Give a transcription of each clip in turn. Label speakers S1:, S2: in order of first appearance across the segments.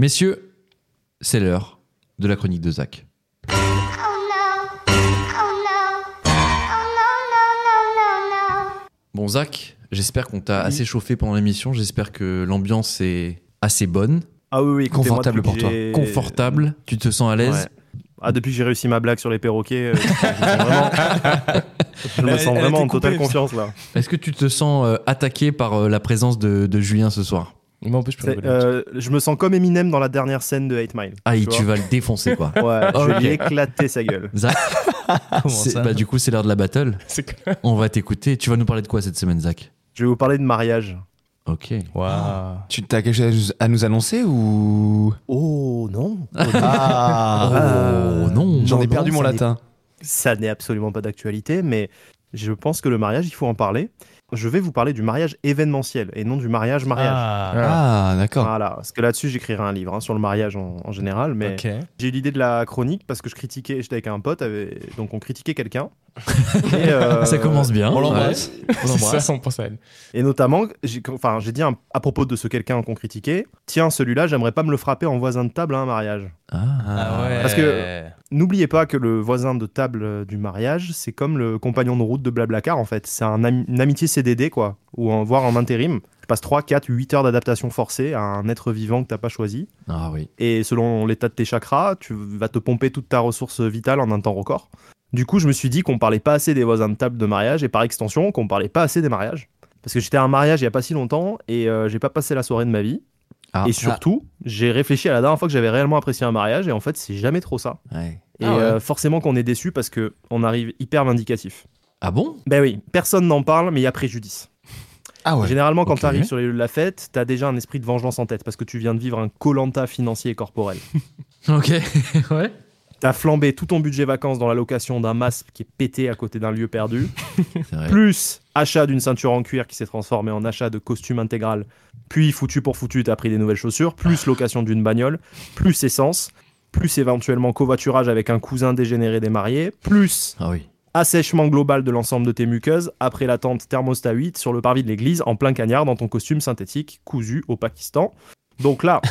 S1: Messieurs, c'est l'heure de la chronique de Zach.
S2: Oh no. Oh no. Oh no, no, no, no, no.
S1: Bon, Zach, j'espère qu'on t'a assez chauffé pendant l'émission. J'espère que l'ambiance est assez bonne,
S3: Ah oui, oui, écoutez-moi,
S1: confortable
S3: depuis
S1: pour
S3: que
S1: toi.
S3: j'ai-
S1: Confortable, tu te sens à l'aise.
S3: Ouais. Ah, depuis que j'ai réussi ma blague sur les perroquets, euh, je, me sens vraiment- je me
S4: Elle-
S3: sens
S4: elle a
S3: vraiment
S4: été
S3: en totale
S4: coupée,
S3: confiance là.
S1: Est-ce que tu te sens euh, attaqué par euh, la présence de, de Julien ce soir
S4: Moi, en plus, je peux
S3: C'est,
S4: rigoler.
S3: euh, je me sens comme Eminem dans la dernière scène de 8 Mile.
S1: Ah,
S3: tu
S1: tu vas le défoncer, quoi.
S3: vois. Ouais, je vais
S1: Ok.
S3: lui éclater sa gueule.
S1: Zach,
S4: Ah, Comment
S1: c'est-
S4: ça
S1: bah, du coup, c'est l'heure de la battle.
S4: C'est
S1: On va t'écouter. Tu vas nous parler de quoi cette semaine, Zach
S3: Je vais vous parler de mariage.
S1: Ok.
S4: Waouh.
S5: Tu t'as quelque chose à nous annoncer ou
S3: Oh non
S5: Ah
S1: oh non
S5: J'en
S3: Non,
S5: ai perdu
S3: non,
S5: mon
S3: ça n'est-
S5: latin.
S3: Ça n'est absolument pas d'actualité, mais je pense que le mariage, il faut en parler. Je vais vous parler du mariage événementiel et non du mariage mariage.
S4: Ah,
S5: Ah, d'accord.
S3: Voilà, parce que là-dessus, j'écrirai un livre hein, sur le mariage en, en général, mais
S4: ok.
S3: J'ai eu l'idée de la chronique parce que je critiquais, j'étais avec un pote, avec- donc on critiquait quelqu'un. Et, euh,
S1: Ça commence bien.
S4: On
S1: Ouais.
S4: l'embrasse. On
S1: l'embrasse.
S4: l'embrasse. Ça, on pense à elle.
S3: Et notamment, j'ai enfin, j'ai dit un- à propos de ce quelqu'un qu'on critiquait, tiens, celui-là, j'aimerais pas me le frapper en voisin de table à un mariage.
S1: Ah.
S4: ouais.
S3: Parce
S1: Eh.
S3: que- N'oubliez pas que le voisin de table euh, du mariage, c'est comme le compagnon de route de Blablacar, en fait. C'est un ami- une amitié CDD, quoi, ou en, voire en intérim. Je passe 3, 4, 8 heures d'adaptation forcée à un être vivant que t'as pas choisi.
S1: Ah oui.
S3: et selon l'état de tes chakras, tu vas te pomper toute ta ressource vitale en un temps record. Du coup, je me suis dit qu'on parlait pas assez des voisins de table de mariage et par extension qu'on parlait pas assez des mariages. Parce que j'étais à un mariage il y a pas si longtemps et euh, j'ai pas passé la soirée de ma vie.
S1: Ah.
S3: et surtout, j'ai réfléchi à la dernière fois que j'avais réellement apprécié un mariage et en fait, c'est jamais trop ça.
S1: Ah, ouais.
S3: Et
S4: Ah ouais.
S3: euh, forcément qu'on est déçu parce que on arrive hyper vindicatif.
S1: Ah bon
S3: Ben oui, personne n'en parle, mais il y a préjudice.
S5: Ah ouais.
S3: Généralement, quand
S1: Ok.
S3: t'arrives sur les lieux de la fête, t'as déjà un esprit de vengeance en tête parce que tu viens de vivre un colanta financier et corporel.
S1: Ok. ouais.
S3: T'as flambé tout ton budget vacances dans la location d'un masque qui est pété à côté d'un lieu perdu,
S1: C'est vrai.
S3: plus achat d'une ceinture en cuir qui s'est transformée en achat de costume intégral, puis foutu pour foutu, t'as pris des nouvelles chaussures, plus location d'une bagnole, plus essence, plus éventuellement covoiturage avec un cousin dégénéré des mariés, plus
S1: Ah oui.
S3: assèchement global de l'ensemble de tes muqueuses après l'attente thermostat 8 sur le parvis de l'église en plein cagnard dans ton costume synthétique cousu au Pakistan. Donc là,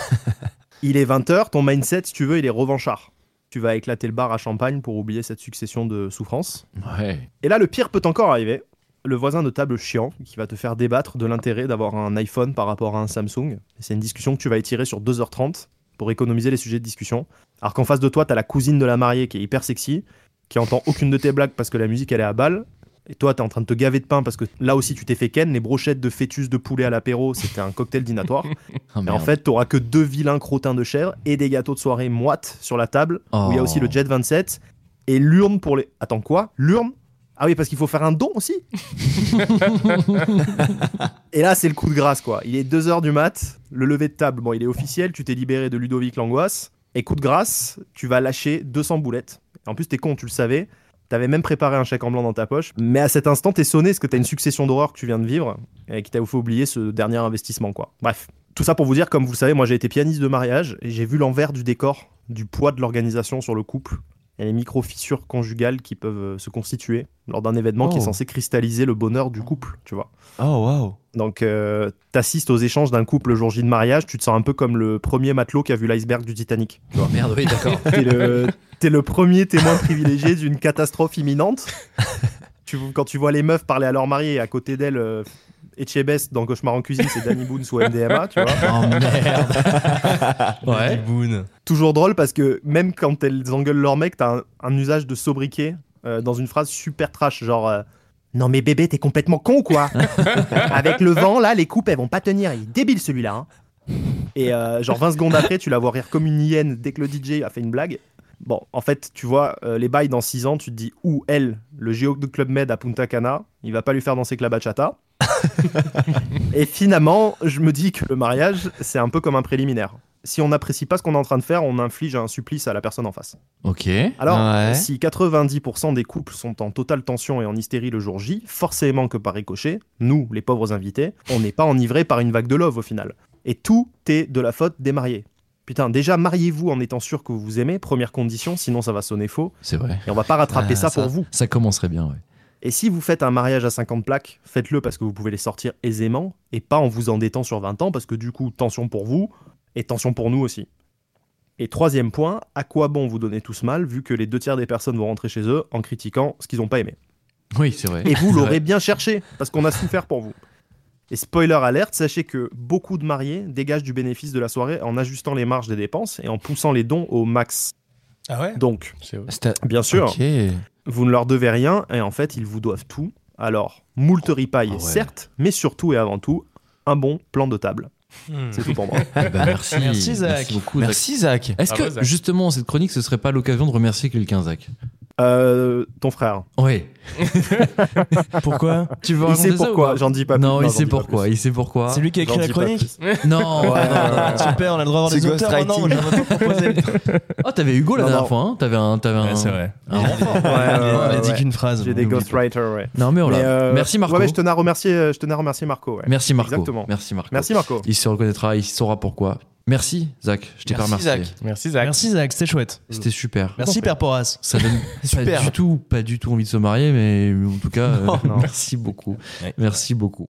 S3: il est 20h, ton mindset, si tu veux, il est revanchard. Tu vas éclater le bar à champagne pour oublier cette succession de souffrances.
S1: Ouais. Oh,
S3: Et là, le pire peut encore arriver. Le voisin de table chiant qui va te faire débattre de l'intérêt d'avoir un iPhone par rapport à un Samsung. C'est une discussion que tu vas étirer sur 2h30 pour économiser les sujets de discussion. Alors qu'en face de toi, t'as la cousine de la mariée qui est hyper sexy, qui entend aucune de tes blagues parce que la musique elle est à balle. Et toi, t'es en train de te gaver de pain parce que là aussi, tu t'es fait ken. Les brochettes de fœtus de poulet à l'apéro, c'était un cocktail dînatoire.
S1: Ah,
S3: Et en
S1: merde.
S3: fait, t'auras que deux vilains crottins de chèvre et des gâteaux de soirée moites sur la table, où il y a aussi
S1: Oh.
S3: le Jet 27 et l'urne pour les. Attends, quoi L'urne Ah oui, parce qu'il faut faire un don aussi Et là, c'est le coup de grâce, quoi. Il est 2h du mat, le lever de table, bon, il est officiel, tu t'es libéré de Ludovic Langoisse, et coup de grâce, tu vas lâcher 200 boulettes. En plus, t'es con, tu le savais. T'avais même préparé un chèque en blanc dans ta poche, mais à cet instant, t'es sonné parce que t'as une succession d'horreurs que tu viens de vivre et qui t'a fait oublier ce dernier investissement, quoi. Bref, tout ça pour vous dire, comme vous le savez, moi j'ai été pianiste de mariage et j'ai vu l'envers du décor, du poids de l'organisation sur le couple et les micro-fissures conjugales qui peuvent euh, se constituer lors d'un événement qui est
S5: Oh.
S3: censé cristalliser le bonheur du couple, tu vois.
S5: Oh waouh.
S3: Donc, euh, t'assistes aux échanges d'un couple le jour J de mariage, tu te sens un peu comme le premier matelot qui a vu l'iceberg du Titanic. tu vois.
S1: oh, Merde, oui, d'accord.
S3: T'es le, t'es le premier témoin privilégié d'une catastrophe imminente. tu, quand tu vois les meufs parler à leur mari et à côté d'elles, euh, Etchebest dans Cauchemar en cuisine, c'est Danny Boone sous MDMA, tu vois.
S1: oh merde. ouais.
S4: Boone.
S3: Toujours drôle parce que même quand elles engueulent leur mec, t'as un, un usage de sobriquet euh, dans une phrase super trash, genre. euh, non mais bébé, t'es complètement con quoi Avec le vent là, les coupes elles vont pas tenir, il est débile celui-là. hein. Et euh, genre 20 secondes après, tu la vois rire comme une hyène dès que le DJ a fait une blague. Bon, en fait, tu vois, euh, les bails dans 6 ans, tu te dis, ou elle, le géo de Club Med à Punta Cana, il va pas lui faire danser que la bachata. Et finalement, je me dis que le mariage, c'est un peu comme un préliminaire. Si on n'apprécie pas ce qu'on est en train de faire, on inflige un supplice à la personne en face.
S1: Ok.
S3: Alors,
S5: Ouais.
S3: si 90% des couples sont en totale tension et en hystérie le jour J, forcément que par ricochet, nous, les pauvres invités, on n'est pas enivrés par une vague de love au final. Et tout est de la faute des mariés. Putain, déjà, mariez-vous en étant sûr que vous vous aimez, première condition, sinon ça va sonner faux,
S1: C'est vrai.
S3: et on va pas rattraper
S5: Ah,
S3: ça,
S5: ça.
S3: pour vous.
S1: Ça commencerait bien, ouais.
S3: Et si vous faites un mariage à 50 plaques, faites-le parce que vous pouvez les sortir aisément, et pas en vous endettant sur 20 ans, parce que du coup, tension pour vous, Et tension pour nous aussi. Et troisième point, à quoi bon vous donner tout ce mal vu que les deux tiers des personnes vont rentrer chez eux en critiquant ce qu'ils n'ont pas aimé
S1: Oui, c'est vrai.
S3: Et vous
S1: C'est
S3: l'aurez
S1: vrai.
S3: bien cherché, parce qu'on a souffert pour vous. Et spoiler alerte, sachez que beaucoup de mariés dégagent du bénéfice de la soirée en ajustant les marges des dépenses et en poussant les dons au max.
S4: Ah ouais
S3: Donc,
S4: C'est-
S5: C'était-
S3: bien sûr,
S5: Ok.
S3: vous ne leur devez rien et en fait, ils vous doivent tout. Alors, moult ripaille,
S1: Ah ouais.
S3: certes, mais surtout et avant tout, un bon plan de table.
S4: Hmm.
S3: C'est tout pour moi.
S1: Eh ben, merci.
S4: Merci, Zach.
S1: Merci beaucoup, Zach.
S5: Merci Zach.
S1: Est-ce
S4: Ah
S1: que
S4: ouais, Zach.
S1: justement cette chronique ce serait pas l'occasion de remercier quelqu'un Zach
S3: Euh, ton frère,
S1: Oui.
S5: Pourquoi
S1: Tu veux
S3: il
S1: raconter
S3: sait
S1: ça ou
S3: pourquoi,
S1: pas
S3: j'en dis pas plus.
S1: non, il
S3: j'en
S1: sait
S3: dis pas
S1: pourquoi,
S3: plus.
S1: il sait pourquoi.
S5: C'est lui qui a écrit
S3: J'en
S5: la
S3: dis pas
S5: chronique Ah,
S3: plus.
S1: Non. ouais, non, non.
S5: Super, on a le droit d'avoir
S4: C'est
S5: des auteurs maintenant,
S4: ghostwriting.
S5: j'en ai pas proposé.
S1: Oh, t'avais Hugo la
S3: Non,
S1: dernière
S3: non.
S1: fois, hein T'avais un, t'avais un.
S4: Ouais, c'est vrai.
S1: un renfort.
S3: Ouais, ouais,
S5: On a
S3: ouais,
S5: dit
S3: ouais.
S5: qu'une phrase.
S3: J'ai
S5: on
S3: des
S5: oublie
S3: ghostwriters, ouais.
S1: Non mais voilà.
S3: Mais, euh,
S1: Merci Marco.
S3: ouais, mais je tenais à remercier, euh, je tenais à remercier Marco. ouais.
S1: Merci Marco.
S3: Exactement.
S1: Merci Marco.
S3: Merci Marco.
S1: Il se reconnaîtra, il saura pourquoi. Merci Zach, je t'ai pas
S5: Merci,
S1: remercié.
S5: Zach.
S4: Merci
S5: pas.
S4: Zach.
S5: Merci Zach, c'était chouette.
S1: C'était super.
S5: Merci Père Porras.
S1: Ça donne
S5: Super.
S1: pas du tout, pas du tout envie de se marier, mais en tout cas, euh,
S5: Non.
S1: merci beaucoup.
S5: Ouais.
S1: Merci beaucoup.